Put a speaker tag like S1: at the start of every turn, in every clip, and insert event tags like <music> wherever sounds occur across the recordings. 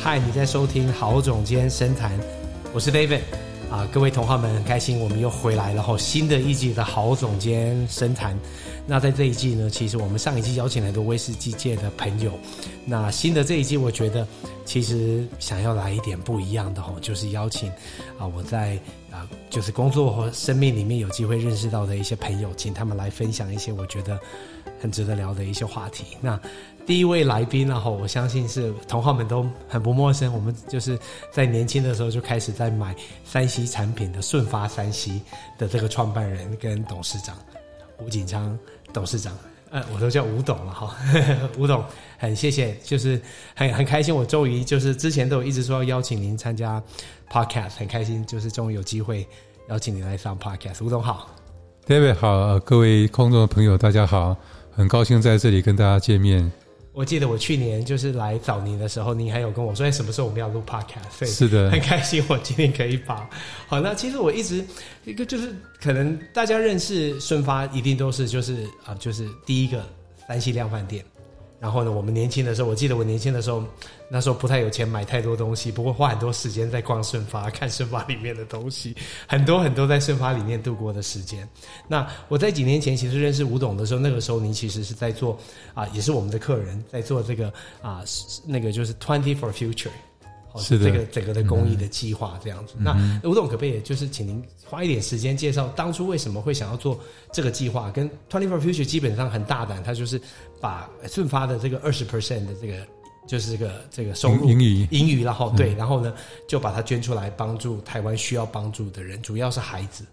S1: 嗨，你在收听郝总监深谈，我是 David。啊，各位同好们，很开心我们又回来了吼，新的一季的郝总监深谈。那在这一季呢，其实我们上一季邀请来的威士忌界的朋友，那新的这一季，我觉得其实想要来一点不一样的吼，就是邀请啊，我在啊，就是工作和生命里面有机会认识到的一些朋友，请他们来分享一些我觉得很值得聊的一些话题。那第一位来宾呢，吼，我相信是同好们都很不陌生。我们就是在年轻的时候就开始在买山西产品的顺发山西的这个创办人跟董事长吴锦昌董事长，呃，我都叫吴董了哈。 <laughs> 吴董，很谢谢，就是很很开心，我终于就是之前都有一直说要邀请您参加 podcast，很开心，就是终于有机会邀请您来上 podcast。吴董好。
S2: David 好，呃各位空中的朋友，大家好，很高兴在这里跟大家见面。
S1: 我记得我去年就是来找您的时候，您还有跟我说，哎，什么时候我们要录 podcast？所以
S2: 是的
S1: 哎很，开心我今天可以把 <laughs> 好。那其实我一直一个就是可能大家认识顺发一定都是就是啊、就是第一个山西量饭店。然后呢，我们年轻的时候，我记得我年轻的时候，那时候不太有钱买太多东西，不过花很多时间在逛顺发，看顺发里面的东西，很多很多在顺发里面度过的时间。那我在几年前其实认识吴董的时候，那个时候您其实是在做啊、也是我们的客人在做这个啊、是那个就是 Twenty for Future。哦
S2: 是的
S1: 这个整个的公益的计划这样子。那吴董可不可以也就是请您花一点时间介绍当初为什么会想要做这个计划？跟 Twenty Four Future 基本上很大胆，它就是把顺发的这个二十 percent 的这个就是这个这个收入
S2: 英语
S1: 盈余，然后对，然后呢就把它捐出来帮助台湾需要帮助的人，主要是孩子。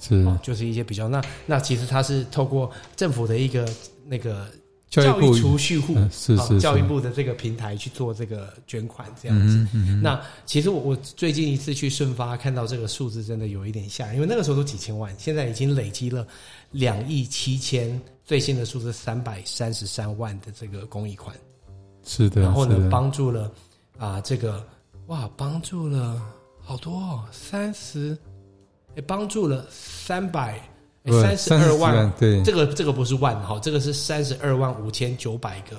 S2: 是
S1: 哦，就是一些比较那那其实它是透过政府的一个那个
S2: 教育部
S1: 储蓄户
S2: 嗯是
S1: 哦
S2: 是
S1: 教育
S2: 是
S1: 部的这个平台去做这个捐款这样
S2: 嗯
S1: 子。那其实我我最近一次去顺发看到这个数字，真的有一点吓人，因为那个时候都几千万，现在已经累积了两亿七千，最新的数字三百三十三万的这个公益款，
S2: 是的，
S1: 然后
S2: 是
S1: 呢
S2: 的
S1: 帮助了啊、这个哇帮助了好多哦，三十，哎帮助了三百哎
S2: 不
S1: 三十二
S2: 32
S1: 万
S2: 对，
S1: 这个这个不是万哈，这个是三十二万五千九百个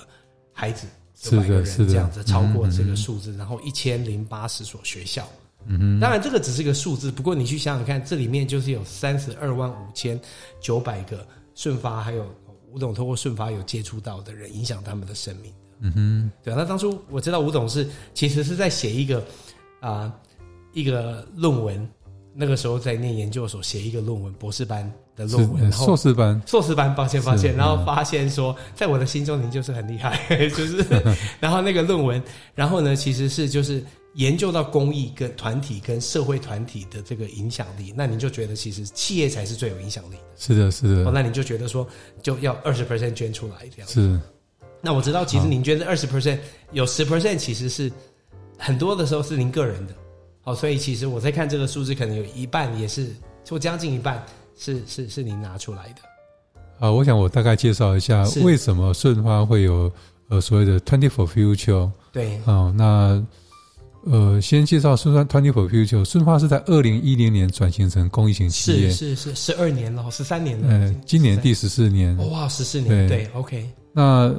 S1: 孩子，
S2: 是的
S1: 900个人
S2: 是的嗯
S1: 这样子超过这个数字，然后一千零八十所学校。嗯，当然这个只是一个数字，不过你去想想看，这里面就是有三十二万五千九百个顺发，还有吴董通过顺发有接触到的人，影响他们的生命。嗯哼，对啊。那当初我知道吴董是其实是在写一个啊、一个论文，那个时候在念研究所写一个论文，博士班的论文，
S2: 是
S1: 然后
S2: 硕士班，
S1: 硕士班，抱歉抱歉，
S2: 是
S1: 然后发现说，在我的心中您就是很厉害，就是，然后那个论文，然后呢，其实是就是研究到公益跟团体跟社会团体的这个影响力，那您就觉得其实企业才是最有影响力的，
S2: 是的，是
S1: 哦，
S2: 的，
S1: 那您就觉得说就要二十 percent 捐出来这样。
S2: 是
S1: 那我知道，其实您捐这二十 percent，有十 percent 其实是很多的时候是您个人的，哦，所以其实我在看这个数字，可能有一半也是，或将近一半是是是您拿出来的。
S2: 啊。我想我大概介绍一下
S1: 是
S2: 为什么顺发会有呃所谓的 Twenty for Future
S1: 对，
S2: 啊。那呃，先介绍顺发 Twenty for Future，顺发是在二零一零年转型成公益型企
S1: 是
S2: 业，
S1: 是是，十二年了，十三年了。
S2: 呃，今年
S1: 13
S2: 第十四年。
S1: 哦哇，十四年，
S2: 对
S1: 对，OK，
S2: 那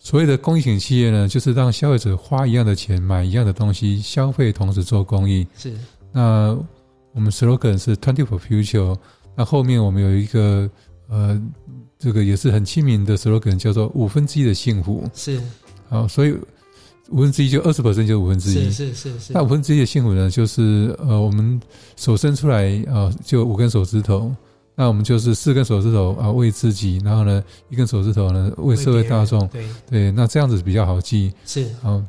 S2: 所谓的公益型企业呢，就是让消费者花一样的钱买一样的东西，消费同时做公益。
S1: 是
S2: 那我们 slogan 是 Twenty for Future，那后面我们有一个呃，这个也是很亲民的 slogan，叫做五分之一的幸福。
S1: 是
S2: 好，所以五分之一就二十 percent 就是五分之
S1: 是
S2: 一。
S1: 是是是
S2: 那，五分之一的幸福呢，就是呃，我们手伸出来呃，就五根手指头。那我们就是四根手指头啊、为自己，然后呢，一根手指头呢为社会
S1: 别人
S2: 大众。
S1: 对
S2: 对，那这样子比较好记。
S1: 是
S2: 好，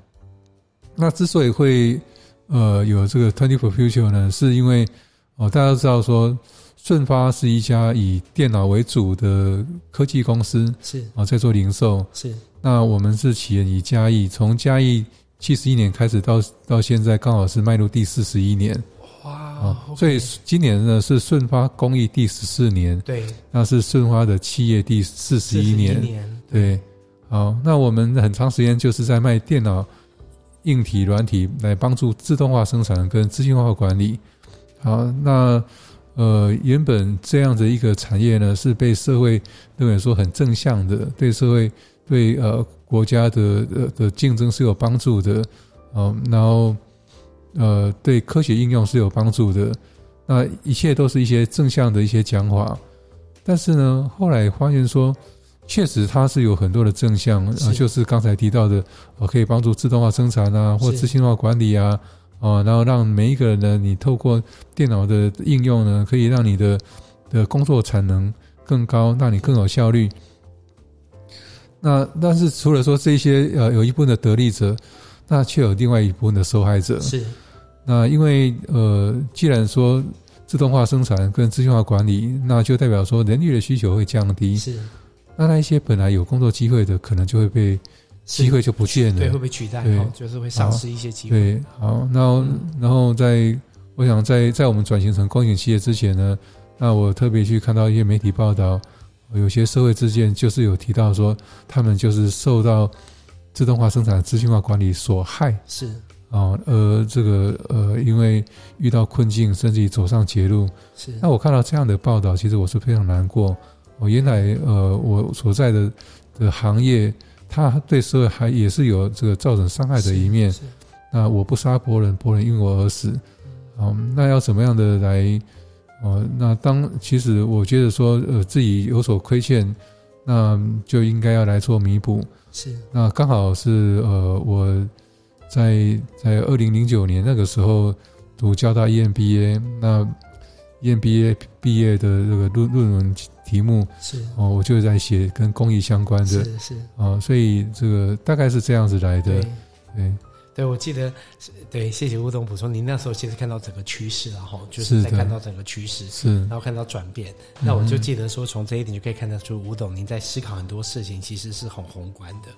S2: 那之所以会呃有这个 Twenty for Future 呢，是因为哦大家都知道说，顺发是一家以电脑为主的科技公司
S1: 是
S2: 啊、哦，在做零售。
S1: 是
S2: 那我们是起源于嘉义，从嘉义七十一年开始到到现在，刚好是迈入第四十一年啊、
S1: 哇，OK，
S2: 所以今年呢是顺发公益第十四年，
S1: 对
S2: 那是顺发的企业第四十一年
S1: 41。年
S2: 对，好，那我们很长时间就是在卖电脑硬体、软体来帮助自动化生产跟资讯化管理。好，那呃，原本这样的一个产业呢，是被社会认为说很正向的，对社会、对呃国家的呃的竞争是有帮助的。哦，然后呃，对科学应用是有帮助的。那一切都是一些正向的一些讲法，但是呢，后来发现说，确实它是有很多的正向，
S1: 是
S2: 呃、就是刚才提到的，呃，可以帮助自动化生产啊，或
S1: 是
S2: 自信化管理啊，啊、然后让每一个人呢，你透过电脑的应用呢，可以让你的的工作产能更高，让你更有效率。那但是除了说这些呃有一部分的得利者，那却有另外一部分的受害者。
S1: 是
S2: 那因为呃，既然说自动化生产跟自动化管理，那就代表说人力的需求会降低，
S1: 是，
S2: 那那一些本来有工作机会的，可能就会被
S1: 是
S2: 机会就不见
S1: 对会
S2: 了。
S1: 被取代，
S2: 对
S1: 哦，就是会丧失一些机会。
S2: 对，好，那、
S1: 嗯
S2: 然后在我想在在我们转型成光学企业之前呢，那我特别去看到一些媒体报道，有些社会事件就是有提到说，他们就是受到自动化生产、自动化管理所害。
S1: 是
S2: 啊、呃，这个呃，因为遇到困境，甚至于走上绝路。
S1: 是，
S2: 那我看到这样的报道，其实我是非常难过。我、原来呃，我所在的的行业，它对社会还也是有这个造成伤害的一面。
S1: 是
S2: 那我不杀伯仁，伯仁因我而死。嗯、那要怎么样的来？哦、那当其实我觉得说，呃，自己有所亏欠，那就应该要来做弥补。
S1: 是
S2: 那刚好是呃，我在在二零零九年那个时候读交大 E EMBA，那 E EMBA 毕业的这个论论文题目
S1: 是
S2: 哦，我就在写跟公益相关的
S1: 是是，
S2: 啊、哦所以这个大概是这样子来的
S1: 对。
S2: 对，
S1: 对，我记得，对，谢谢吴总补充，您那时候其实看到整个趋势然后就是是在
S2: 的
S1: 看到整个趋势，
S2: 是
S1: 然后看到转变。那我就
S2: 嗯
S1: 记得说，从这一点就可以看得出，吴董您在思考很多事情，其实是很宏观的。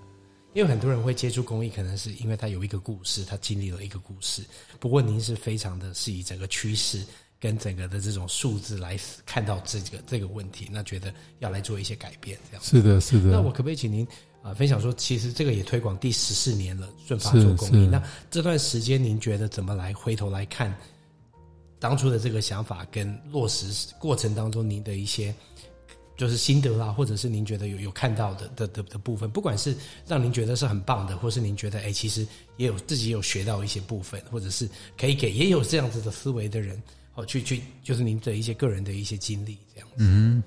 S1: 因为很多人会接触公益，可能是因为他有一个故事，他经历了一个故事。不过您是非常的是以整个趋势跟整个的这种数字来看到这个这个问题，那觉得要来做一些改变，这样。
S2: 是的，是
S1: 那
S2: 的
S1: 我，可不可以请您啊、呃分享说，其实这个也推广第十四年了，顺发
S2: 是
S1: 做公益。
S2: 是
S1: 那这段时间您觉得怎么来回头来看当初的这个想法跟落实过程当中您的一些就是心得啦，或者是您觉得有有看到的的的的部分，不管是让您觉得是很棒的，或是您觉得哎、其实也有自己有学到一些部分，或者是可以给也有这样子的思维的人。哦，去去，就是您的一些个人的一些经历，这样子。
S2: 嗯，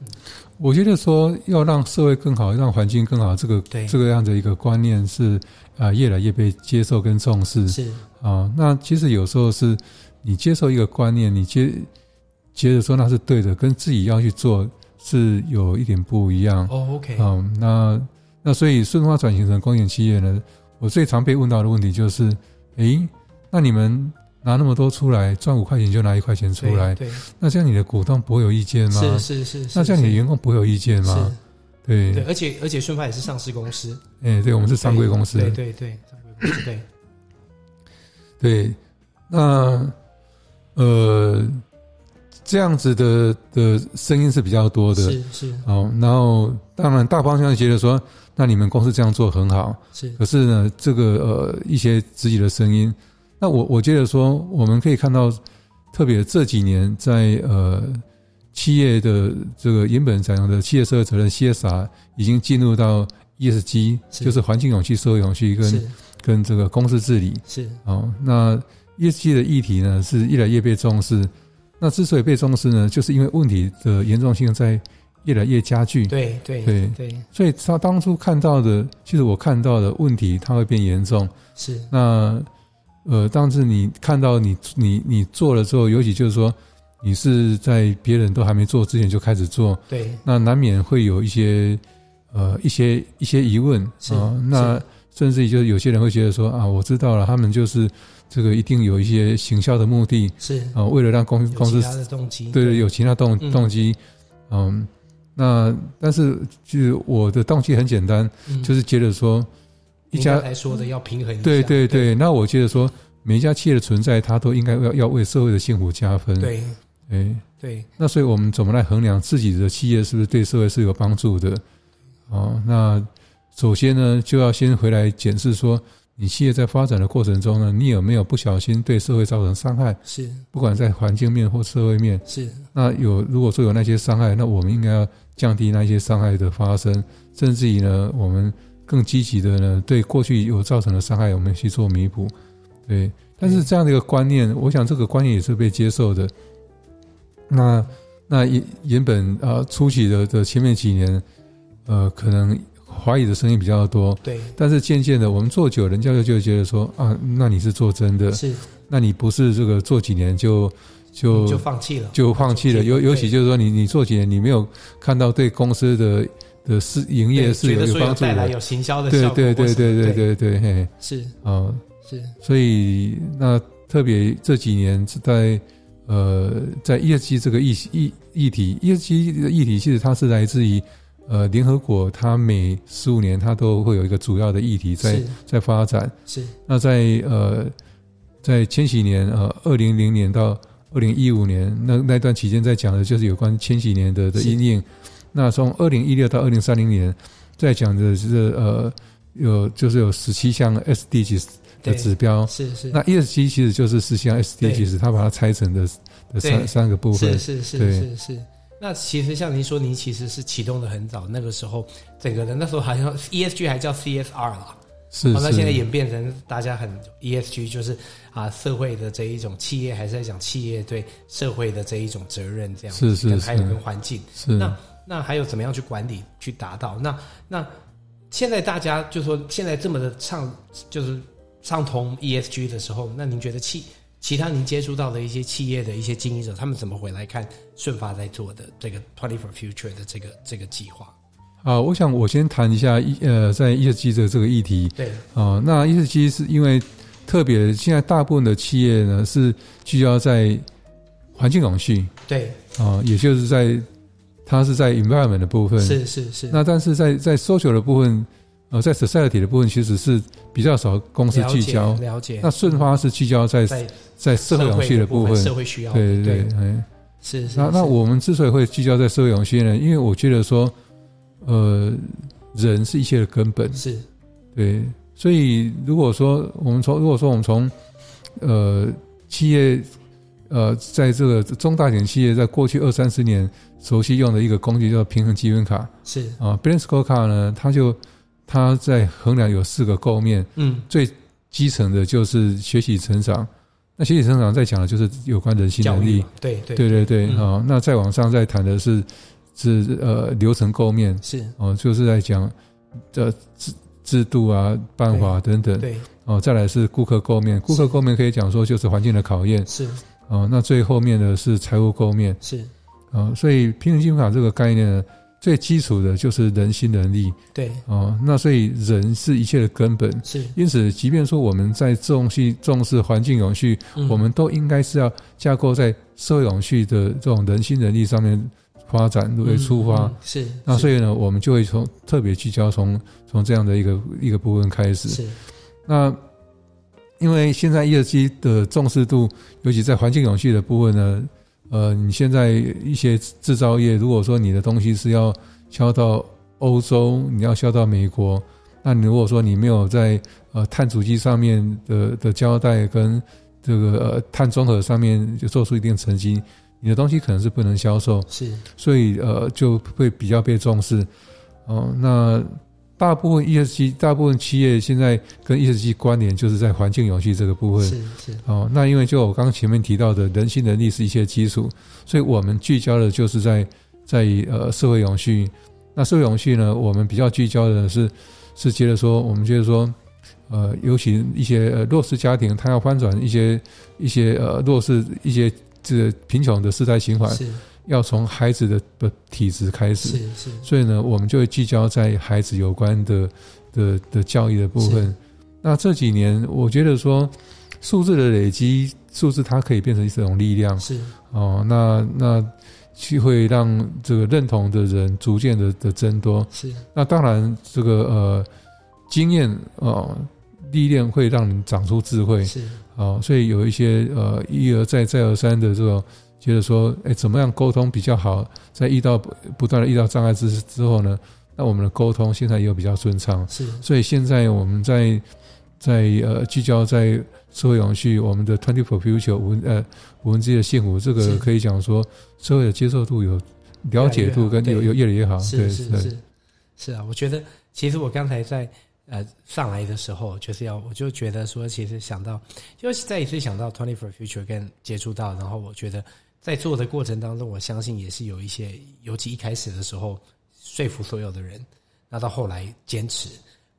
S2: 我觉得说要让社会更好，让环境更好，这个
S1: 对
S2: 这个样子一个观念是啊、越来越被接受跟重视。
S1: 是
S2: 啊，那其实有时候是你接受一个观念，你接接着说那是对的，跟自己要去做是有一点不一样。
S1: 哦，OK，
S2: 嗯，那那所以顺化转型成光源企业呢，我最常被问到的问题就是，诶，那你们拿那么多出来，赚五块钱就拿一块钱出来，
S1: 对，对
S2: 那这样你的股东不会有意见吗？
S1: 是是是，
S2: 那这样你的员工不会有意见
S1: 是
S2: 吗？
S1: 是
S2: 对，
S1: 对，而且而且顺发也是上市公司，
S2: 哎，对，我们是常规公司，
S1: 对对对，上柜公司
S2: <coughs>
S1: 对
S2: 对，那呃，这样子的的声音是比较多的。
S1: 是是
S2: 好，然后当然大方向觉得说，那你们公司这样做很好，
S1: 是
S2: 可是呢，这个呃一些自己的声音，那我我觉得说，我们可以看到，特别这几年在呃企业的这个原本讲的企业社会责任 CSR 已经进入到 ESG，
S1: 是
S2: 就是环境永续、社会永续跟
S1: 是
S2: 跟这个公司治理。
S1: 是
S2: 哦，那 ESG 的议题呢是越来越被重视。那之所以被重视呢，就是因为问题的严重性在越来越加剧。
S1: 对对
S2: 对
S1: 对
S2: 所以他当初看到的，其实我看到的问题，它会变严重。
S1: 是
S2: 那呃，当时你看到你你你做了之后，尤其就是说你是在别人都还没做之前就开始做，
S1: 对
S2: 那难免会有一些呃一些一些疑问
S1: 是
S2: 啊、那
S1: 是
S2: 甚至于就是有些人会觉得说啊，我知道了，他们就是这个一定有一些行销的目的
S1: 是
S2: 啊、为了让公
S1: 有
S2: 公司
S1: 其他的动机，
S2: 对对有其他动
S1: 嗯
S2: 动机，嗯，那但是就是我的动机很简单，
S1: 嗯
S2: 就是觉得说一
S1: 您
S2: 家
S1: 刚才说的要平衡一下，
S2: 对对对，那我觉得说每一家企业的存在，它都应该要要为社会的幸福加分。，
S1: 对
S2: 哎，
S1: 对
S2: 那所以我们怎么来衡量自己的企业是不是对社会是有帮助的？哦，那首先呢，就要先回来检视说，你企业在发展的过程中呢，你有没有不小心对社会造成伤害？
S1: 是
S2: 不管在环境面或社会面，
S1: 是
S2: 那有如果说有那些伤害，那我们应该要降低那些伤害的发生，甚至于呢，我们更积极的呢，对过去有造成的伤害，我们去做弥补。对，但是这样的一个观念，我想这个观念也是被接受的。那那原原本呃初期的的前面几年，呃，可能华语的声音比较多，
S1: 对，
S2: 但是渐渐的我们做久了，人家就就觉得说啊，那你是做真的，
S1: 是
S2: 那你不是这个做几年就就
S1: 你就放弃了，
S2: 就放弃了。
S1: 就
S2: 尤尤其
S1: 对
S2: 就是说你，你做几年，你没有看到对公司的的事营业
S1: 对
S2: 是
S1: 觉
S2: 有
S1: 得说
S2: 帮助
S1: 带来
S2: 的。
S1: 有行销的效
S2: 对
S1: 果，
S2: 对
S1: 或
S2: 对
S1: 是
S2: 对对，对对，嘿，
S1: 是
S2: 啊，
S1: 是，
S2: 所以那特别这几年是在呃，在业绩这个议议议题，业绩的议题其实它是来自于呃联合国，它每十五年它都会有一个主要的议题在
S1: 是
S2: 在发展。
S1: 是
S2: 那在呃，在千禧年呃，二零零年到二零一五年那那段期间，在讲的就是有关千禧年的的
S1: 是
S2: 阴影。那从二零一六到二零三零年，在讲的是呃有就是有十七项 SDGs 的
S1: 对
S2: 指标。
S1: 是是
S2: 那 ESG 其实就是十七项 SDGs，它把它拆成的的
S1: 对
S2: 三三个部分
S1: 是。是是
S2: 对
S1: 是是。那其实像您说，您其实是启动的很早，那个时候整个的那时候好像 ESG 还叫 CSR 啦，
S2: 是
S1: 哦，那现在
S2: 是
S1: 演变成大家很 ESG 就是啊社会的这一种企业还是在讲企业对社会的这一种责任这样子，
S2: 是是
S1: 跟还有
S2: 是
S1: 跟环境。
S2: 是
S1: 那那还有怎么样去管理去达到？那那现在大家就说现在这么的畅就是畅通 ESG 的时候，那您觉得企其他您接触到的一些企业的一些经营者，他们怎么回来看顺发在做的这个 Twenty for Future 的这个这个计划？
S2: 啊，我想我先谈一下一呃，在 ESG 的这个议题。
S1: 对，
S2: 哦，那 ESG 是因为特别现在大部分的企业呢是聚焦在环境永续
S1: 对，
S2: 啊、哦也就是在它是在 environment 的部分。。
S1: 是是是，
S2: 那但是在在 social 的部分，呃，在 society 的部分其实是比较少公司
S1: 了
S2: 聚
S1: 解
S2: 焦。
S1: 了解。
S2: 那顺发是聚焦在
S1: 在
S2: 在社会
S1: 社
S2: 永
S1: 会
S2: 续
S1: 的
S2: 的部分。
S1: 社会需要，
S2: 对对
S1: 对
S2: 对，，哎
S1: 是是。
S2: 那
S1: 是
S2: 那我们之所以会聚焦在社会永续呢，因为我觉得说，呃，人是一切的根本。
S1: 是
S2: 对，所以如果说我们从如果说我们从呃企业呃在这个中大型企业在过去二三十年熟悉用的一个工具叫平衡积分卡
S1: 是，
S2: 啊，Balance Scorecard 呢，它就它在衡量有四个构面，
S1: 嗯，
S2: 最基层的就是学习成长，那学习成长在讲的就是有关人性
S1: 教
S2: 能
S1: 育
S2: 力
S1: 嘛，，对对
S2: 对对对，啊、
S1: 嗯
S2: 那再往上再谈的是是呃流程构面，
S1: 是，
S2: 哦，就是在讲呃制制度啊、办法等等。
S1: 对
S2: 哦，再来是顾客构面，顾客构面可以讲说就是环境的考验。
S1: 是
S2: 哦，那最后面的是财务构面。
S1: 是，
S2: 哦，所以平衡金法这个概念呢，最基础的就是人心能力。
S1: 对
S2: 哦，那所以人是一切的根本。
S1: 是，
S2: 因此，即便说我们在重视重视环境永续，
S1: 嗯
S2: 我们都应该是要架构在社会永续的这种人心能力上面发展为出发。
S1: 嗯嗯是，
S2: 那所
S1: 以
S2: 以呢，我们就会从特别聚焦从从这样的一个一个部分开始。
S1: 是
S2: 那因为现在业绩的重视度，尤其在环境永续的部分呢，呃，你现在一些制造业，如果说你的东西是要销到欧洲，你要销到美国，那你如果说你没有在呃碳足迹上面的的交代跟这个呃碳中和上面就做出一定成绩，你的东西可能是不能销售。
S1: 是
S2: 所以呃就会比较被重视。哦、那大部分 ESG 大部分企业现在跟 ESG 关联就是在环境永续这个部分。
S1: 是是
S2: 哦，那因为就我刚刚前面提到的，人性能力是一些基础，所以我们聚焦的就是在在呃社会永续。那社会永续呢，我们比较聚焦的是是觉得说，我们觉得说，呃，尤其一些呃弱势家庭，他要翻转一些一些呃弱势一些这个贫穷的世代循环，
S1: 是
S2: 要从孩子的的体质开始，
S1: 是是
S2: 所以呢，我们就会聚焦在孩子有关的的的教育的部分。那这几年，我觉得说数字的累积，数字它可以变成一种力量
S1: 是
S2: 哦。那那去会让这个认同的人逐渐的的增多。
S1: 是
S2: 那当然，这个呃经验哦历练会让你长出智慧。
S1: 是
S2: 啊、所以有一些呃一而再再而三的这种，觉得说，哎，怎么样沟通比较好？在遇到不断的遇到障碍之之后呢，那我们的沟通现在也有比较顺畅。
S1: 是
S2: 所以现在我们在在呃聚焦在社会永续，我们的 Twenty for Future 文呃文字的幸福，这
S1: 是
S2: 个可以讲说社会的接受度有
S1: 越
S2: 了
S1: 来越
S2: 解度
S1: 好
S2: 跟
S1: 对
S2: 有有越来越好，对
S1: 是是
S2: 对
S1: 是是啊！我觉得其实我刚才在呃上来的时候，就是要我就觉得说，其实想到，就是再一次想到 Twenty for Future 跟接触到，然后我觉得在做的过程当中，我相信也是有一些，尤其一开始的时候说服所有的人，那到后来坚持。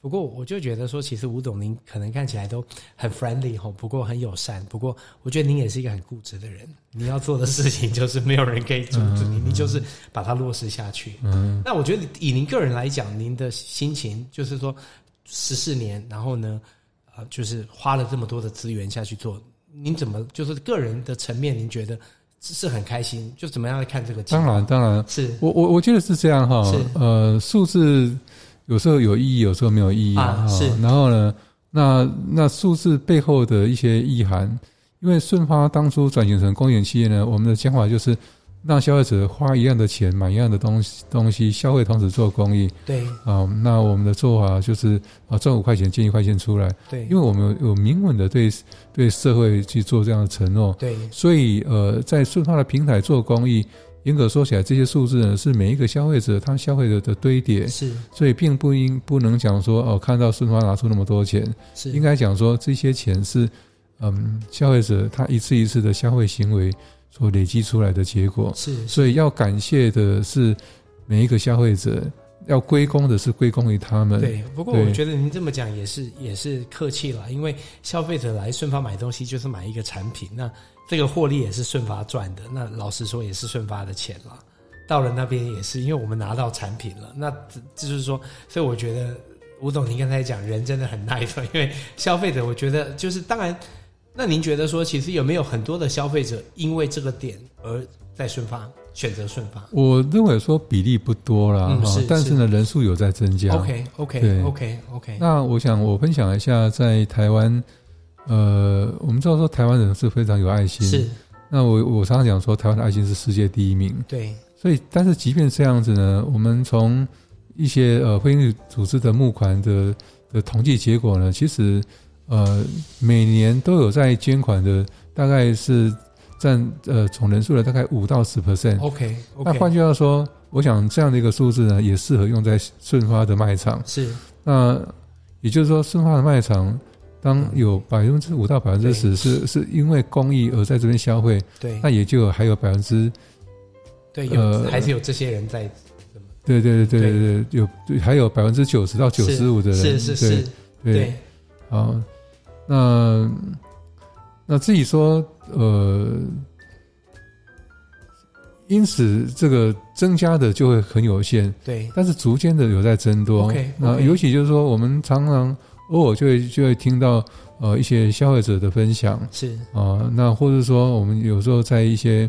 S1: 不过我就觉得说，其实吴董您可能看起来都很 friendly 吼，不过很友善。不过我觉得您也是一个很固执的人，你要做的事情就是没有人可以阻止你，你就是把它落实下去。
S2: 嗯，
S1: 那我觉得以您个人来讲，您的心情就是说十四年，然后呢，呃，就是花了这么多的资源下去做，您怎么就是个人的层面，您觉得是是很开心？就怎么样来看这个？
S2: 当然，当然，
S1: 是
S2: 我我我觉得是这样哈
S1: 是，
S2: 呃，数字有时候有意义，有时候没有意义
S1: 啊
S2: 哈
S1: 是
S2: 然后呢，那那数字背后的一些意涵，因为顺发当初转型成公园企业呢，我们的讲法就是让消费者花一样的钱买一样的东西东西，消费同时做公益
S1: 对
S2: 啊、那我们的做法就是啊，赚五块钱捐一块钱出来，
S1: 对，
S2: 因为我们有有明文的对对社会去做这样的承诺。
S1: 对
S2: 所以呃，在顺发的平台做公益，严格说起来，这些数字呢是每一个消费者他消费者的堆叠，
S1: 是
S2: 所以并不应不能讲说哦，看到顺发拿出那么多钱，
S1: 是
S2: 应该讲说这些钱是嗯消费者他一次一次的消费行为所累积出来的结果，
S1: 是
S2: 所以要感谢的是每一个消费者，要归功的是归功于他们。
S1: 对，不过
S2: 对
S1: 我觉得您这么讲也是也是客气了，因为消费者来顺发买东西就是买一个产品，那这个获利也是顺发赚的，那老实说也是顺发的钱了。到了那边也是，因为我们拿到产品了，那这这就是说，所以我觉得吴总您刚才讲人真的很 nice，因为消费者我觉得就是当然，那您觉得说其实有没有很多的消费者因为这个点而在顺发选择顺发
S2: 我认为说比例不多啦，
S1: 嗯
S2: 哈
S1: 是
S2: 但是呢人数有在增加。
S1: ？OK OK
S2: 对
S1: OK OK，
S2: 那我想我分享一下，在台湾，呃，我们知道说台湾人是非常有爱心，
S1: 是。
S2: 那我我常常讲说，台湾的爱心是世界第一名。
S1: 对
S2: 所以，但是即便这样子呢，我们从一些呃非营利组织的募款的的统计结果呢，其实呃每年都有在捐款的，大概是占呃总人数的大概五到十 percent。
S1: ，OK
S2: 那
S1: 哦 OK，
S2: 换句话说，我想这样的一个数字呢，也适合用在顺发的卖场。
S1: 是
S2: 那也就是说，顺化的卖场，当有百分之五到百分之
S1: 对
S2: 十是是因为公益而在这边消费，
S1: 对
S2: 那也就有还有百分之
S1: 对，有、
S2: 呃
S1: 还是有这些人在，
S2: 对对对对对对，有对还有百分之九十到九十五的人
S1: 是是是，
S2: 对
S1: 对
S2: 好，那那自己说呃，因此这个增加的就会很有限，
S1: 对
S2: 但是逐渐的有在增多。
S1: OK，OK
S2: 那尤其就是说，我们常常偶尔就会就会听到呃一些消费者的分享
S1: 是
S2: 啊、那或者说我们有时候在一些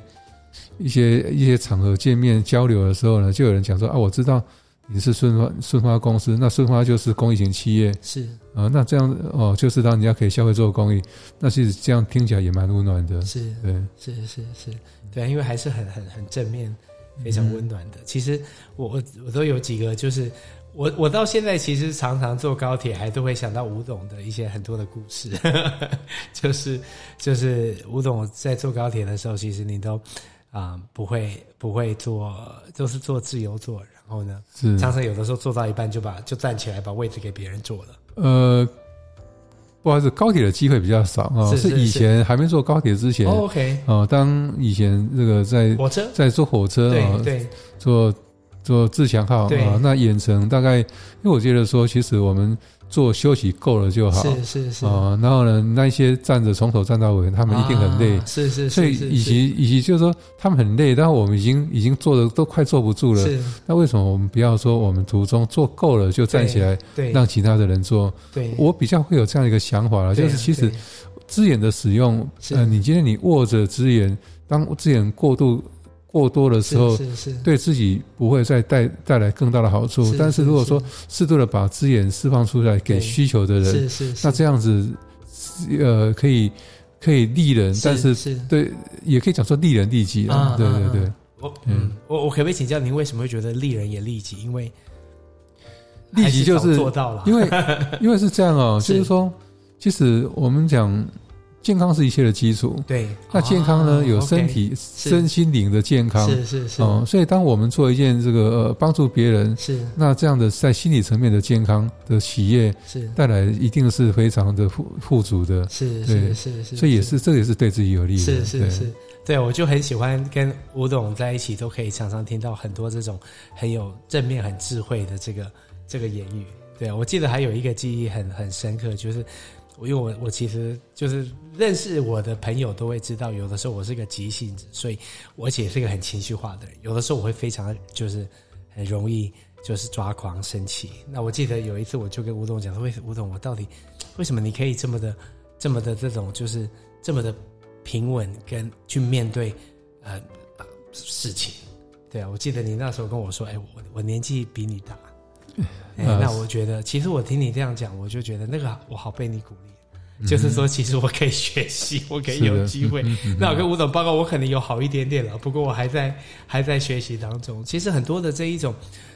S2: 一些一些场合见面交流的时候呢，就有人讲说啊，我知道你是顺发顺发公司，那顺发就是公益型企业
S1: 是
S2: 啊、那这样哦、就是让人家可以消费做公益，那其实这样听起来也蛮温暖的，
S1: 是
S2: 对，
S1: 是是是，对啊，因为还是很很很正面，非
S2: 嗯
S1: 常温暖的。其实我我我都有几个，就是我我到现在其实常常坐高铁，还都会想到吴董的一些很多的故事， <laughs> 就是就是吴董在坐高铁的时候，其实你都啊、不会不会做，都是做自由坐，然后呢。
S2: 是
S1: 常常有的时候坐到一半就把就站起来把位置给别人坐了。
S2: 呃。不好意思，高铁的机会比较少啊、
S1: 是是
S2: 以前还没坐高铁之前，
S1: 哦 OK，
S2: 哦，当以前这个在
S1: 火车，
S2: 在坐火车啊
S1: 对，对
S2: 坐坐自强号
S1: 对
S2: 啊，那远程大概，因为我觉得说，其实我们坐休息够了就好
S1: 是是是，
S2: 啊。然后呢，那些站着从头站到尾，他
S1: 他
S2: 们一定很累，
S1: 啊是是，
S2: 所以
S1: 是
S2: 以及以及就是说，他们很累，但我们已经已经坐的都快坐不住了。
S1: 是
S2: 那为什么我们不要说我们途中坐够了就站起来，
S1: 对
S2: 让其他的人坐？
S1: 对，
S2: 我比较会有这样一个想法了，
S1: 对
S2: 就
S1: 啊
S2: 是其实
S1: 对
S2: 资源的使用，
S1: 是
S2: 呃，你今天你握着资源，当资源过度过多的时候，
S1: 是是是
S2: 对自己不会再带带来更大的好处。但是如果说适度的把资源释放出来给
S1: 对
S2: 需求的人，
S1: 是是是，
S2: 那这样子，呃，可以可以利人，但是
S1: 是
S2: 对，也可以讲说利人利己啊
S1: 啊。
S2: 对
S1: 啊
S2: 对
S1: 啊
S2: 对，
S1: 我嗯，我我可不可以请教您为什么会觉得利人也利己？因为
S2: 利己就
S1: 还是
S2: 是
S1: 早做到了，
S2: <laughs> 因为因为是这样哦，
S1: 是
S2: 就是说，其实我们讲健康是一切的基础。
S1: 对，
S2: 那健康呢，
S1: 哦
S2: 有身
S1: OK
S2: 体、身心灵的健康。
S1: 是是是，
S2: 哦，所以当我们做一件这个呃帮助别人，
S1: 是
S2: 那这样的在心理层面的健康的企业
S1: 是
S2: 带来，一定是非常的富富足的。
S1: 是是
S2: 对
S1: 是是，
S2: 所以也是，这也是对自己有利的。
S1: 是是
S2: 对
S1: 是，对我就很喜欢跟吴董在一起，都可以常常听到很多这种很有正面、很智慧的这个这个言语。对我记得还有一个记忆很很深刻，就是我因为我我其实就是认识我的朋友都会知道，有的时候我是个急性子，所以我而且是个很情绪化的人，有的时候我会非常就是很容易。就是抓狂、生气。那我记得有一次，我就跟吴董讲说：“为什吴董，我到底为什么你可以这么的、这么的这种，就是这么的平稳跟去面对呃事情。对啊，我记得你那时候跟我说，哎、我我年纪比你大，哎、
S2: 呃
S1: 那我觉得其实我听你这样讲，我就觉得那个我好被你鼓励。啊就是说，其实我可以学习，我可以
S2: 嗯是的嗯
S1: 有机会。那我跟吴总报告，我可能有好一点点了，不过我还在还在学习当中。其实很多的这一种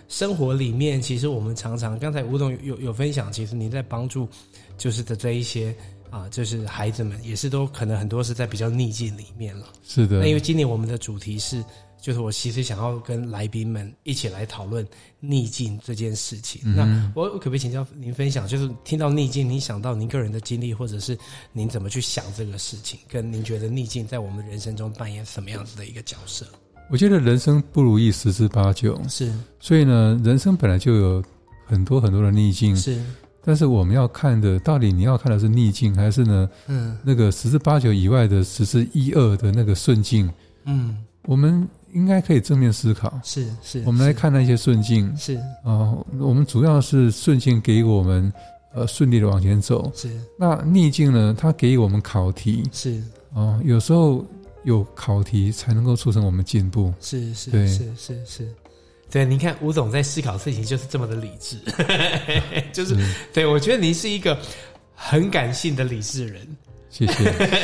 S1: 生活里面，其实我们常常刚才吴总有有分享，其实您在帮助就是的这一些啊，就是孩子们也是都可能很多是在比较逆境里面了。
S2: 是的
S1: 那因为今年我们的主题是，就是我其实想要跟来宾们一起来讨论逆境这件事情。
S2: 嗯
S1: 那我我可不可以请教您分享，就是听到逆境，您想到您个人的经历，或者是您怎么去想这个事情，跟您觉得逆境在我们人生中扮演什么样子的一个角色？
S2: 我觉得人生不如意十之八九，
S1: 是
S2: 所以呢，人生本来就有很多很多的逆境，
S1: 是，
S2: 但是我们要看的，到底你要看的是逆境，还是呢
S1: 嗯
S2: 那个十之八九以外的十之一二的那个顺境？
S1: 嗯，
S2: 我们应该可以正面思考。
S1: 是是，
S2: 我们来看那些顺境
S1: 是
S2: 啊、我们主要是顺境给我们呃顺利的往前走。
S1: 是
S2: 那逆境呢，它给我们考题
S1: 是
S2: 啊、有时候有考题才能够促成我们进步。
S1: 是是
S2: 对
S1: 是是是，对，你看吴总在思考事情就是这么的理智， <laughs> 就是对我觉得您是一个很感性的理智人，
S2: 谢谢，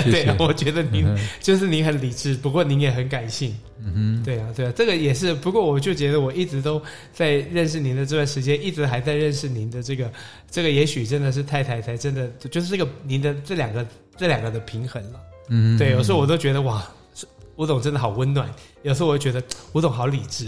S2: 谢
S1: <laughs>
S2: 谢。
S1: 对，我觉得您、
S2: 嗯哼
S1: 就是您很理智，不过您也很感性，
S2: 嗯
S1: 对啊，对啊，这个也是。不过我就觉得我一直都在认识您的这段时间，一直还在认识您的这个这个，也许真的是太太才真的就是这个您的这两个这两个的平衡了。
S2: 哼，嗯，
S1: 对，有时候我都觉得哇，吴总真的好温暖；有时候我就觉得吴总好理智。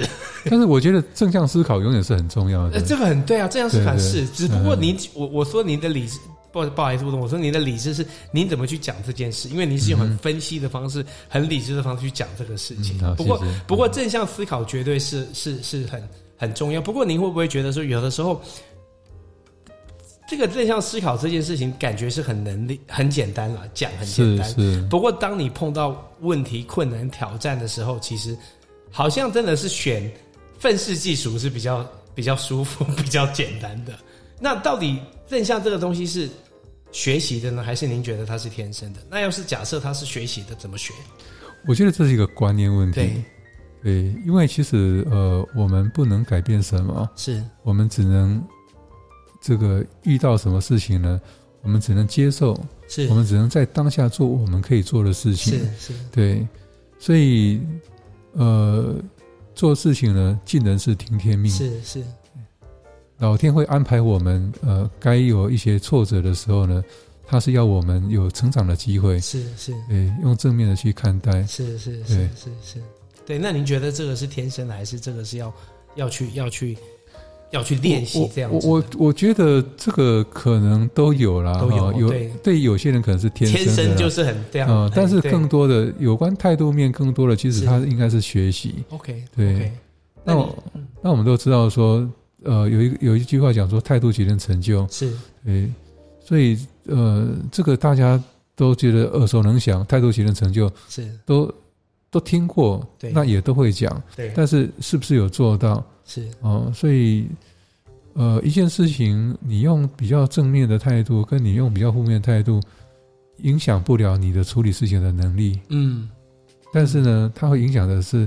S2: 但是我觉得正向思考永远是很重要
S1: 呃，
S2: 的。
S1: 这个很对啊，这样是
S2: 对
S1: 反
S2: 对
S1: 是，只不过
S2: 嗯
S1: 您，我我说您的理智。不不好意思，吴总，我说您的理智是您怎么去讲这件事，因为您是用很分析的方式、很理智的方式去讲这个事情。
S2: 嗯嗯好
S1: 不过
S2: 谢谢
S1: 不过正向思考绝对是是是很很重要。不过您会不会觉得说，有的时候这个正向思考这件事情，感觉是很能力很简单了，讲很简
S2: 是
S1: 单，
S2: 是，
S1: 不过，当你碰到问题、困难、挑战的时候，其实好像真的是选愤世嫉俗是比较比较舒服、比较简单的。那到底正向这个东西是学习的呢，还是您觉得它是天生的？那要是假设它是学习的，怎么学？
S2: 我觉得这是一个观念问题。
S1: 对，
S2: 对，因为其实呃，我们不能改变什么，
S1: 是
S2: 我们只能这个遇到什么事情呢？我们只能接受，
S1: 是
S2: 我们只能在当下做我们可以做的事
S1: 是
S2: 情。
S1: 是
S2: 对，所以呃，做事情呢，尽人事，听天命。
S1: 是是
S2: 老天会安排我们呃，该有一些挫折的时候呢，他是要我们有成长的机会。
S1: 是是
S2: 对，用正面的去看待。
S1: 是是
S2: 对
S1: 是是是，对。那您觉得这个是天生的，还是这个是要要去要去要去练习这样
S2: 我
S1: 子的？
S2: 我我我觉得这个可能都有啦，
S1: 都有
S2: 哈有
S1: 对
S2: 有些人可能是天
S1: 天
S2: 生的啦，
S1: 生就是很这样，
S2: 呃
S1: 很
S2: 但是
S1: 对
S2: 更多的有关态度面，更多的其实
S1: 是
S2: 他应该是学习。
S1: OK，
S2: 对
S1: OK，
S2: 那
S1: 你嗯
S2: 我那我们都知道说，呃，有一有一句话讲说，态度决定成就。
S1: 是
S2: 对，所以呃，这个大家都觉得耳熟能详，态度决定成就，
S1: 是，
S2: 都都听过
S1: 对，
S2: 那也都会讲，
S1: 对，
S2: 但是是不是有做到？
S1: 是
S2: 哦，所以呃，一件事情你用比较正面的态度，跟你用比较负面的态度，影响不了你的处理事情的能力，
S1: 嗯，
S2: 但是呢，它会影响的是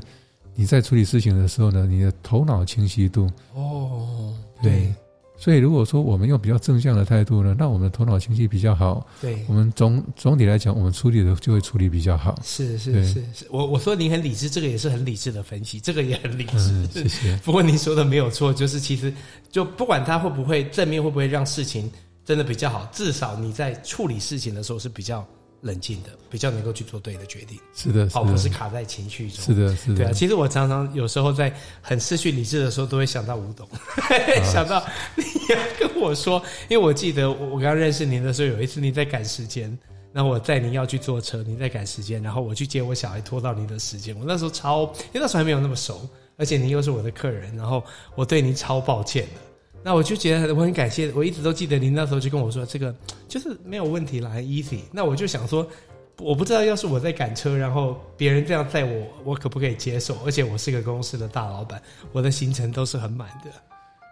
S2: 你在处理事情的时候呢，你的头脑清晰度。
S1: 哦，对
S2: 对所以，如果说我们用比较正向的态度呢，那我们的头脑清晰比较好，
S1: 对
S2: 我，们总总体来讲，我们处理的就会处理比较好。
S1: 是是
S2: 对
S1: 是是，我我说您很理智，这个也是很理智的分析，这个也很理
S2: 嗯，
S1: 智。
S2: 谢谢。
S1: 不过您说的没有错，就是其实就不管它会不会正面，会不会让事情真的比较好，至少你在处理事情的时候是比较冷静的，比较能够去做对的决定，
S2: 是的，是
S1: 而不是
S2: 的，
S1: 卡在情绪中。
S2: 是的，是
S1: 对啊，
S2: 的，
S1: 其实我常常有时候在很失去理智的时候，都会想到吴董， <laughs> 想到你要跟我说，因为我记得我我刚认识您的时候，有一次您在赶时间，那我载您要去坐车，您在赶时间，然后我去接我小孩，拖到您的时间，我那时候超，因为那时候还没有那么熟，而且您又是我的客人，然后我对您超抱歉的。那我就觉得我很感谢，我一直都记得您那时候就跟我说这个就是没有问题啦很，easy 很。那我就想说，我不知道要是我在赶车，然后别人这样载我，我可不可以接受？而且我是个公司的大老板，我的行程都是很满的。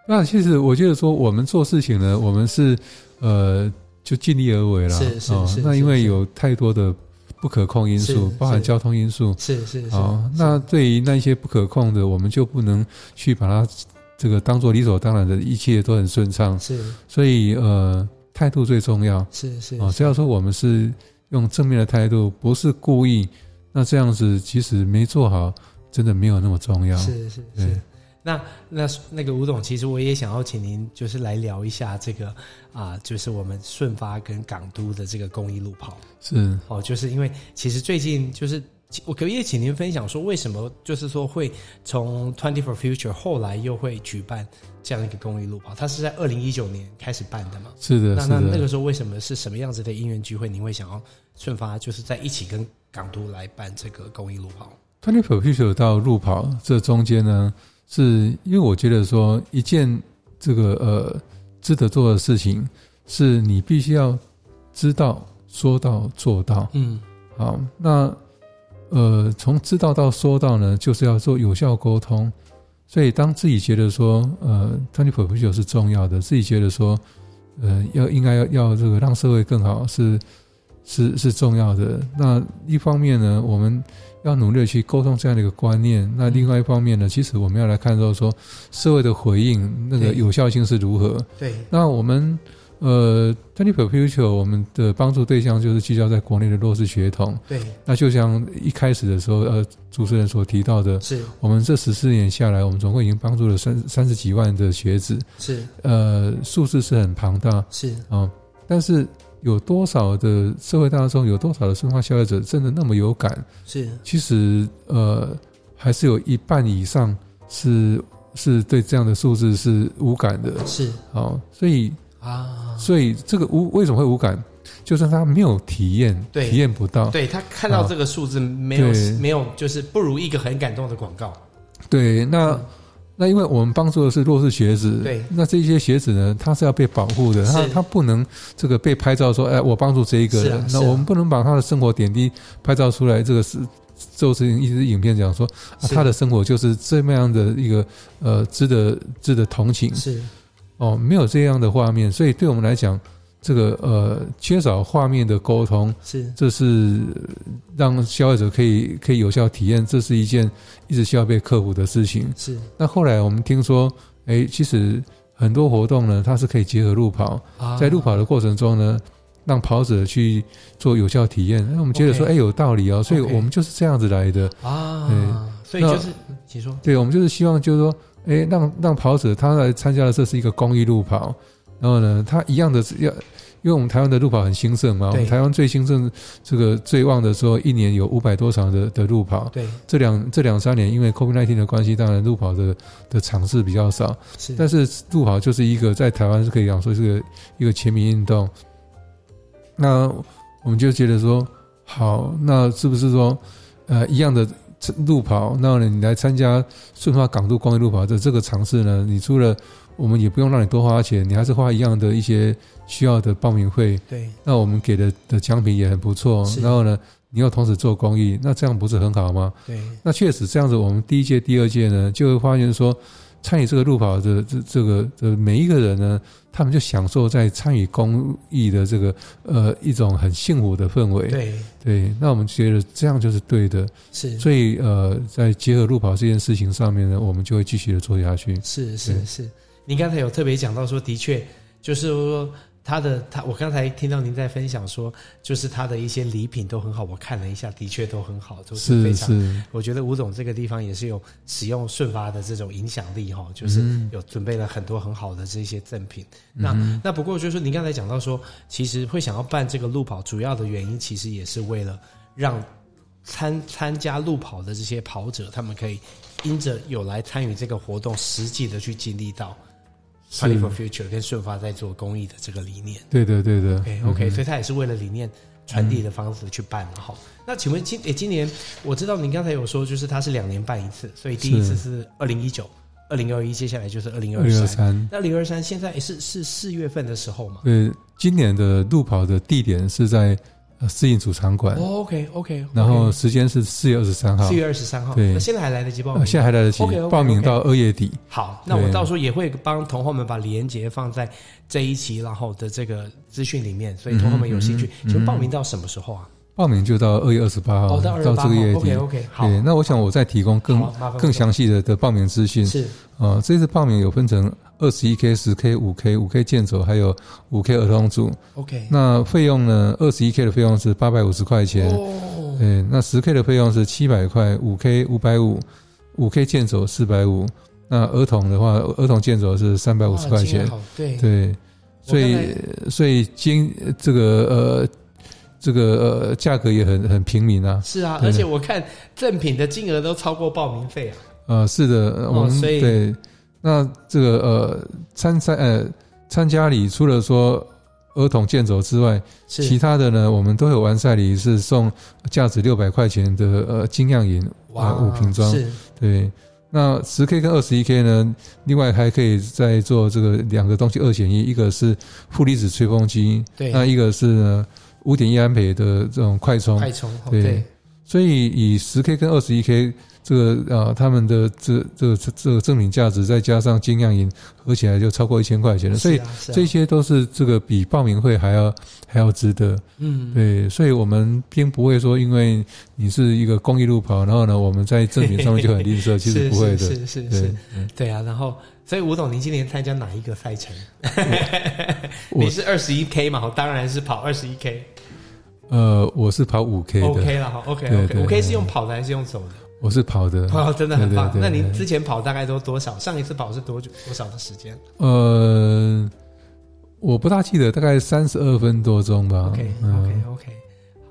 S2: 那其实我觉得说，我们做事情呢，我们是呃，就尽力而为啦。
S1: 是是
S2: 哦
S1: 是
S2: 那
S1: 是
S2: 因为
S1: 是
S2: 有太多的不可控因素
S1: 是，
S2: 包含
S1: 是
S2: 交通因素。
S1: 是是是，
S2: 哦，那对于那一些不可控的，我们就不能去把它这个当做理所当然的，一切都很顺畅。
S1: 是
S2: 所以呃，态度最重要。
S1: 是是
S2: 哦，只要说我们是用正面的态度，不是故意，那这样子其实没做好，真的没有那么重要。
S1: 是是
S2: 对
S1: 是。那那那个吴总，其实我也想要请您就是来聊一下这个啊、就是我们顺发跟港都的这个公益路跑。
S2: 是
S1: 哦，就是因为其实最近就是我可不可以请您分享说，为什么就是说会从 Twenty for Future 后来又会举办这样一个公益路跑？它是在二零一九年开始办的嘛？
S2: 是的，
S1: 那
S2: 嗯是
S1: 那那
S2: 的
S1: 个。时候为什么是什么样子的因缘聚会？您会想要顺发就是在一起跟港都来办这个公益路跑？
S2: Twenty for Future 到路跑这中间呢，是因为我觉得说一件这个呃值得做的事情，是你必须要知道、说到、做到。
S1: 嗯，
S2: 好，那呃，从知道到说到呢，就是要做有效沟通。所以，当自己觉得说，呃，团体 proposal 是重要的，自己觉得说，呃，要应该要要这个让社会更好是是是重要的。那一方面呢，我们要努力地去沟通这样的一个观念；那另外一方面呢，其实我们要来看到说社会的回应那个
S1: 对
S2: 有效性是如何。
S1: 对，
S2: 那我们呃，Twenty for Future 我们的帮助对象就是聚焦在国内的弱势血统。
S1: 对，
S2: 那就像一开始的时候，呃，主持人所提到的，
S1: 是
S2: 我们这十四年下来，我们总共已经帮助了三三十几万的学子，
S1: 是
S2: 呃，数字是很庞大啊、
S1: 是，
S2: 哦但是有多少的社会大众，有多少的生化消费者真的那么有感？
S1: 是
S2: 其实，呃，还是有一半以上是呃是对这样的数字是无感的。
S1: 是
S2: 好，所以
S1: 啊，
S2: 所以这个无为什么会无感，就是他没有体验，
S1: 对
S2: 体验不到。
S1: 对他看到
S2: 啊
S1: 这个数字没有
S2: 对
S1: 没有，就是不如一个很感动的广告。
S2: 对，那、
S1: 嗯
S2: 那因为我们帮助的是弱势学子，
S1: 对
S2: 那这些学子呢，他是要被保护的，他
S1: 是
S2: 他不能这个被拍照说，哎，我帮助这一个
S1: 是啊
S2: 人，
S1: 是
S2: 那
S1: 啊
S2: 我们不能把他的生活点滴拍照出来，这个是。就是一支影片讲说、啊，
S1: 是
S2: 他的生活就是这么样的一个呃，值得值得同情
S1: 是
S2: 哦，没有这样的画面，所以对我们来讲，这个呃缺少画面的沟通，
S1: 是
S2: 这是让消费者可以可以有效体验，这是一件一直需要被克服的事情。
S1: 是
S2: 那后来我们听说，哎，其实很多活动呢，它是可以结合路跑，
S1: 啊
S2: 在路跑的过程中呢，让跑者去做有效体验。那我们觉得说，
S1: OK
S2: 哎，有道理哦，所以
S1: OK
S2: 我们就是这样子来的。
S1: 啊，所
S2: 对
S1: 以就是，请说，
S2: 对，我们就是希望就是说，哎，让让跑者他来参加的这是一个公益路跑，然后呢，他一样的是要。因为我们台湾的路跑很兴盛嘛，我们
S1: 对
S2: 台湾最兴盛、这个最旺的时候，一年有五百多场的的路跑。
S1: 对，
S2: 这两这两三年，因为 COVID-19 的关系，当然路跑的的场次比较少，
S1: 是，
S2: 但是路跑就是一个在台湾是可以讲说是个一个全民运动。那我们就觉得说，好，那是不是说，呃，一样的路跑，那你来参加顺发港都公益路跑的这个尝试呢？你除了我们也不用让你多花钱，你还是花一样的一些需要的报名费。
S1: 对，
S2: 那我们给的的奖品也很不错
S1: 是，
S2: 然后呢，你又同时做公益，那这样不是很好吗？
S1: 对，
S2: 那确实这样子，我们第一届、第二届呢，就会发现说，参与这个路跑的这这个的每一个人呢，他们就享受在参与公益的这个呃一种很幸福的氛围。
S1: 对，
S2: 对那我们觉得这样就是对的，
S1: 是，
S2: 所以呃，在结合路跑这件事情上面呢，我们就会继续的做下去。
S1: 是是
S2: 对
S1: 是，您刚才有特别讲到说，的确就是说。它的它，我刚才听到您在分享说，就是它的一些礼品都很好，我看了一下，的确都很好，都是非
S2: 是
S1: 常。
S2: 是，
S1: 我觉得吴总这个地方也是有使用顺发的这种影响力哈、就是有准备了很多很好的这些赠品。那那不过就是您刚才讲到说，其实会想要办这个路跑，主要的原因其实也是为了让参参加路跑的这些跑者，他们可以因着有来参与这个活动，实际的去经历到 t w e n for
S2: 是
S1: Future 跟顺发在做公益的这个理念。
S2: 对的对的。
S1: OK OK，、所以他也是为了理念传递的方式去办了哈。那请问今诶、今年我知道您刚才有说，就是它是两年办一次，所以第一次是二零一九、二零二一，接下来就是二零
S2: 嗯二
S1: 二
S2: 零二
S1: 三。
S2: 三，
S1: 那二零二三现在诶是是四月份的时候嘛、
S2: 对，今年的路跑的地点是在呃适应主场馆，
S1: o k 哦 OK，
S2: 然后时间是四月二十三号
S1: 四，月二十三号，
S2: 对
S1: 那现在还来得及报名
S2: 呃
S1: 吗。
S2: 现在还来得及
S1: 哦 OK，OK，OK
S2: 报名到二月底。
S1: 好，那我
S2: 对
S1: 到时候也会帮同后们把连结放在这一期然后的这个资讯里面，所以同后们有兴
S2: 嗯
S1: 趣，请问报名到什么时候啊？
S2: 报名就到二月二十八号，
S1: 哦，到
S2: 到
S1: 二十八号
S2: 这个月底
S1: ，OK。OK，好，
S2: 对，那我想我再提供更
S1: 好麻烦
S2: 更详细的的报名资讯。
S1: 是
S2: 呃，这次报名有分成二十一 K、十 K、五 K、五 K 健走，还有五 K 儿童组。
S1: OK，
S2: 那费用呢？二十一 K 的费用是八百五十块钱，
S1: 哦
S2: 对，那十 K 的费用是七百块，五 K 五百五，五 K 健走四百五。那儿童的话，儿童健走是三百五十块
S1: 哇
S2: 钱
S1: 竟然，好对
S2: 对，所
S1: 我
S2: 以所以今这个呃这个呃价格也很很平民啊，
S1: 是啊，
S2: 对
S1: 而且我看赠品的金额都超过报名费啊。
S2: 呃，是的，呃
S1: 哦
S2: 我们
S1: 所以
S2: 对那这个呃参赛呃参加礼除了说儿童健走之外，
S1: 是
S2: 其他的呢，我们都有完赛礼是送价值六百块钱的呃精酿饮
S1: 哇，
S2: 呃五瓶装，
S1: 是
S2: 对。那十 K 跟二十一 K 呢？另外还可以再做这个两个东西二选一，一个是负离子吹风机，
S1: 对
S2: 那一个是五点一安培的这种快充，
S1: 快充，哦
S2: 对
S1: 对，
S2: 所以以十 K 跟二十一 K 这个啊，他们的这这这这个赠品价值，再加上精酿饮，合起来就超过一千块钱了。所以
S1: 是啊是啊
S2: 这些都是这个比报名会还要还要值得。
S1: 嗯，
S2: 对，所以我们并不会说，因为你是一个公益路跑，然后呢，我们在赠品上面就很吝啬，其实
S1: <laughs> 是
S2: 不会
S1: 是是
S2: 的。
S1: 是
S2: 对
S1: 是，，对啊。然后，所以吴总，您今年参加哪一个赛程？ <laughs>
S2: 我
S1: 你是二十一 K 嘛？哦当然是跑二十一 K，OK
S2: 呃，我是跑五 K 的，
S1: 了哈，OK
S2: 对
S1: OK，
S2: 对
S1: 五 K
S2: 对
S1: 是用跑的还是用走的？
S2: 我是跑的。
S1: 哦，真的很棒。
S2: 对对
S1: 那
S2: 对
S1: 您
S2: 对
S1: 之前跑大概都多少？上一次跑是多久多少的时间
S2: 呃，我不大记得，大概三十二分多钟吧。
S1: OK
S2: 嗯
S1: OK OK，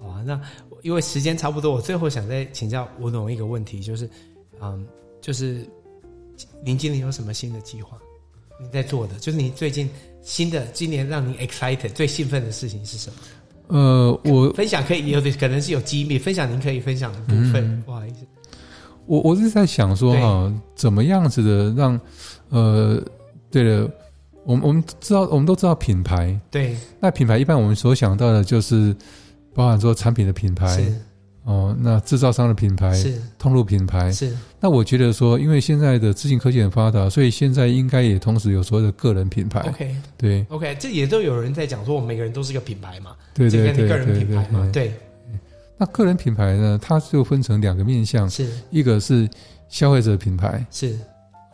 S1: 好啊。那我因为时间差不多，我最后想再请教吴总一个问题，就是，嗯，就是您今年有什么新的计划？你在做的，就是你最近新的今年让你 excited 最兴奋的事情是什么？
S2: 呃，我
S1: 分享可以有的可能是有机密，分享您可以分享的部
S2: 嗯
S1: 分，不好意思。
S2: 我我是在想说
S1: 对
S2: 哈、怎么样子的让，呃，对了，我们我们知道，我们都知道品牌。
S1: 对，
S2: 那品牌一般我们所想到的就是，包含说产品的品牌
S1: 是
S2: 哦，那制造商的品牌、
S1: 是
S2: 通路品牌。
S1: 是
S2: 那我觉得说，因为现在的资讯科技很发达，所以现在应该也同时有所谓的个人品牌。
S1: ，OK
S2: 对
S1: OK，这也都有人在讲说，我们每个人都是个品牌嘛，
S2: 对
S1: 这
S2: 对
S1: 跟你
S2: 对
S1: 个人
S2: 对
S1: 品牌嘛
S2: 对，。
S1: 对，
S2: 那个人品牌呢，它就分成两个面向，
S1: 是
S2: 一个是消费者品牌
S1: 是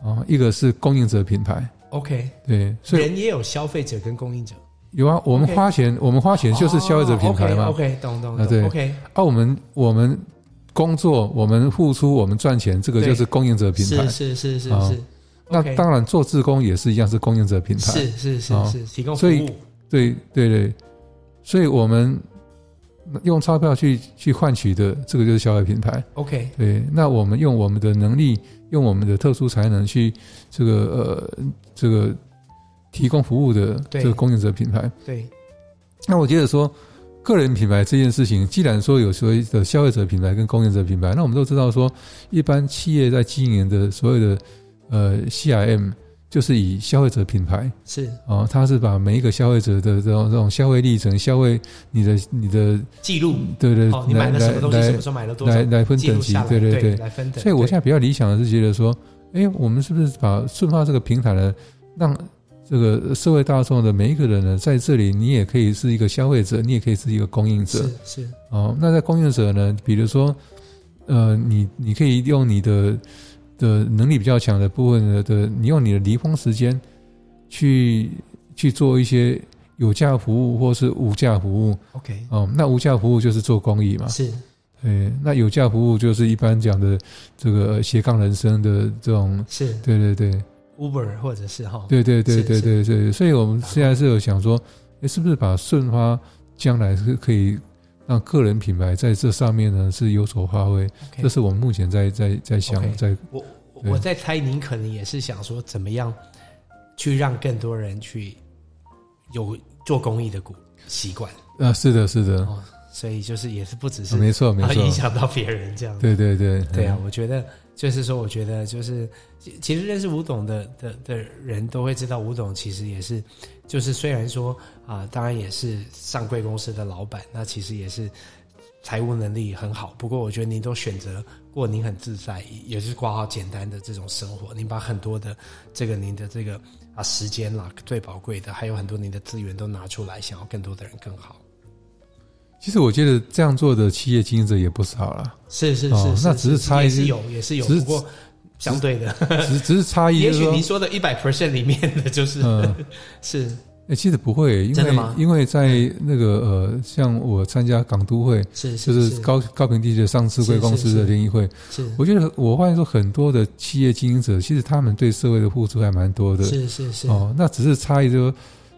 S2: 啊、哦，一个是供应者品牌。
S1: OK，
S2: 对，所以
S1: 人也有消费者跟供应者。
S2: 有啊，我们
S1: OK 哦
S2: 花钱，我们花钱就是消费者品牌嘛。
S1: o k 懂懂
S2: 啊对
S1: 懂。OK，
S2: 啊，我们我们工作，我们付出，我们赚钱，这个
S1: 对
S2: 就是供应者品牌
S1: 是。是是是
S2: 啊
S1: 是。
S2: 那
S1: OK，
S2: 当然，做志工也是一样，是供应者品牌。
S1: 是是是
S2: 哦
S1: 是提供服
S2: 所以
S1: 务。
S2: 对对对，所以我们用钞票去去换取的，这个就是消费品牌。
S1: OK，
S2: 对，那我们用我们的能力，用我们的特殊才能去这个呃这个提供服务的
S1: 对
S2: 这个供应者品牌。
S1: 对，
S2: 那我觉得说，个人品牌这件事情，既然说有所谓的消费者品牌跟供应者品牌，那我们都知道说，一般企业在经营的所谓的呃 CRM，就是以消费者品牌
S1: 是
S2: 哦，它是把每一个消费者的这种这种消费历程、消费你的你的
S1: 记录。
S2: 对对
S1: 哦，你买了什么东西，什么
S2: 来
S1: 时候买了多
S2: 来
S1: 少，
S2: 来分
S1: 记
S2: 等
S1: 录
S2: 级
S1: 下，来，
S2: 对对
S1: 对，。来分等。
S2: 所以我
S1: 对
S2: 现在比较理想的是觉得说，哎，我们是不是把顺发这个平台呢，让这个社会大众的每一个人呢，在这里你也可以是一个消费者，你也可以是一个供应者
S1: 是。是
S2: 哦，那在供应者呢，比如说，呃，你你可以用你的的能力比较强的部分的的，你用你的离峰时间去去做一些有价服务或是无价服务。
S1: ，OK，
S2: 哦，那无价服务就是做公益嘛。
S1: 是
S2: 对，那有价服务就是一般讲的这个呃斜杠人生的这种。
S1: 是
S2: 对对对
S1: Uber 或者是哈，
S2: 对对对
S1: 是
S2: 对对对，所以我们现在是有想说，诶是不是把顺发将来是可以让个人品牌在这上面呢是有所发挥？
S1: OK
S2: 这是我们目前在在在想
S1: OK
S2: 在
S1: 我我
S2: 对
S1: 我在猜，您可能也是想说，怎么样去让更多人去有做公益的股习惯
S2: 啊，是的，是的，
S1: 哦，所以就是也是不只是
S2: 没错没
S1: 啊影
S2: 错，
S1: 响到别人这样。
S2: 对对对
S1: 对啊，，我觉得就是说，我觉得就是其其实认识吴董的的的人都会知道，吴董其实也是就是虽然说啊、当然也是上贵公司的老板，那其实也是财务能力很好。不过我觉得您都选择过您很自在，也是过好简单的这种生活。您把很多的这个您的这个啊时间啦，最宝贵的，还有很多您的资源都拿出来，想要更多的人更好。
S2: 其实我觉得这样做的企业经营者也不
S1: <laughs>
S2: 少了，
S1: 是是是，
S2: 哦那只是差异
S1: 也是
S2: 是
S1: 有也是有，
S2: 只是
S1: 不过相对的。
S2: 只只是差异
S1: 也
S2: 就是
S1: 许
S2: 说
S1: 您，说的一百 percent 里面的就是、
S2: 嗯，
S1: <laughs> 是
S2: 诶其实不会，因
S1: 真的
S2: 为
S1: 吗
S2: 因为在那个呃，像我参加港都会，
S1: 是
S2: 就是是高高平地区的上市贵公
S1: 是
S2: 司
S1: 是
S2: 的联谊会，
S1: 是
S2: 我觉得我发现说很多的企业经营者，其实他们对社会的付出还蛮多的，
S1: 是是是
S2: 哦，那只是差异就是说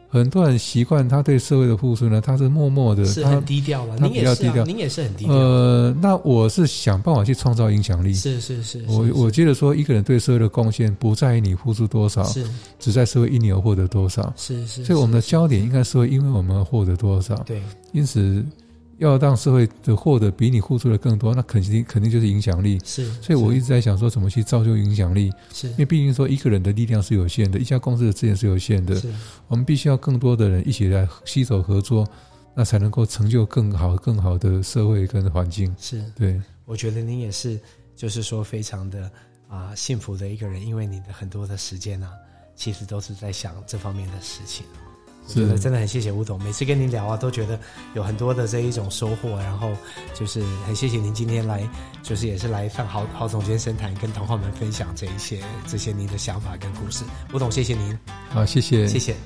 S2: 很多人习惯他对社会的付出呢，他是默默的，
S1: 是
S2: 他
S1: 很低调了，
S2: 他
S1: 您也
S2: 比较
S1: 是、
S2: 低
S1: 啊，
S2: 调
S1: 您也是很低调，
S2: 呃，那我是想办法去创造影响力。
S1: 是是是，
S2: 我
S1: 是
S2: 我觉得说，一个人对社会的贡献，不在于你付出多少，
S1: 是
S2: 只在社会因你而获得多少。
S1: 是是，
S2: 所以我们
S1: 是
S2: 的焦点应该是会因为我们而获得多少，
S1: 对
S2: 因此要让社会的获得比你付出的更多，那肯定肯定就是影响力。
S1: 是，
S2: 所以我一
S1: 是
S2: 直在想说，怎么去造就影响力？
S1: 是
S2: 因为毕竟说一个人的力量是有限的，一家公司的资源是有限的，
S1: 是
S2: 我们必须要更多的人一起来携手合作，那才能够成就更好、更好的社会跟环境。
S1: 是，
S2: 对，
S1: 我觉得您也是，就是说非常的啊、幸福的一个人，因为你的很多的时间啊，其实都是在想这方面的事情。啊我觉得
S2: 是
S1: 真的很谢谢吴董，每次跟您聊啊，都觉得有很多的这一种收获，然后就是很谢谢您今天来，就是也是来上郝郝总监深谈，跟同好们分享这一些这些您的想法跟故事。吴董，谢谢您，
S2: 好，谢谢，
S1: 谢谢。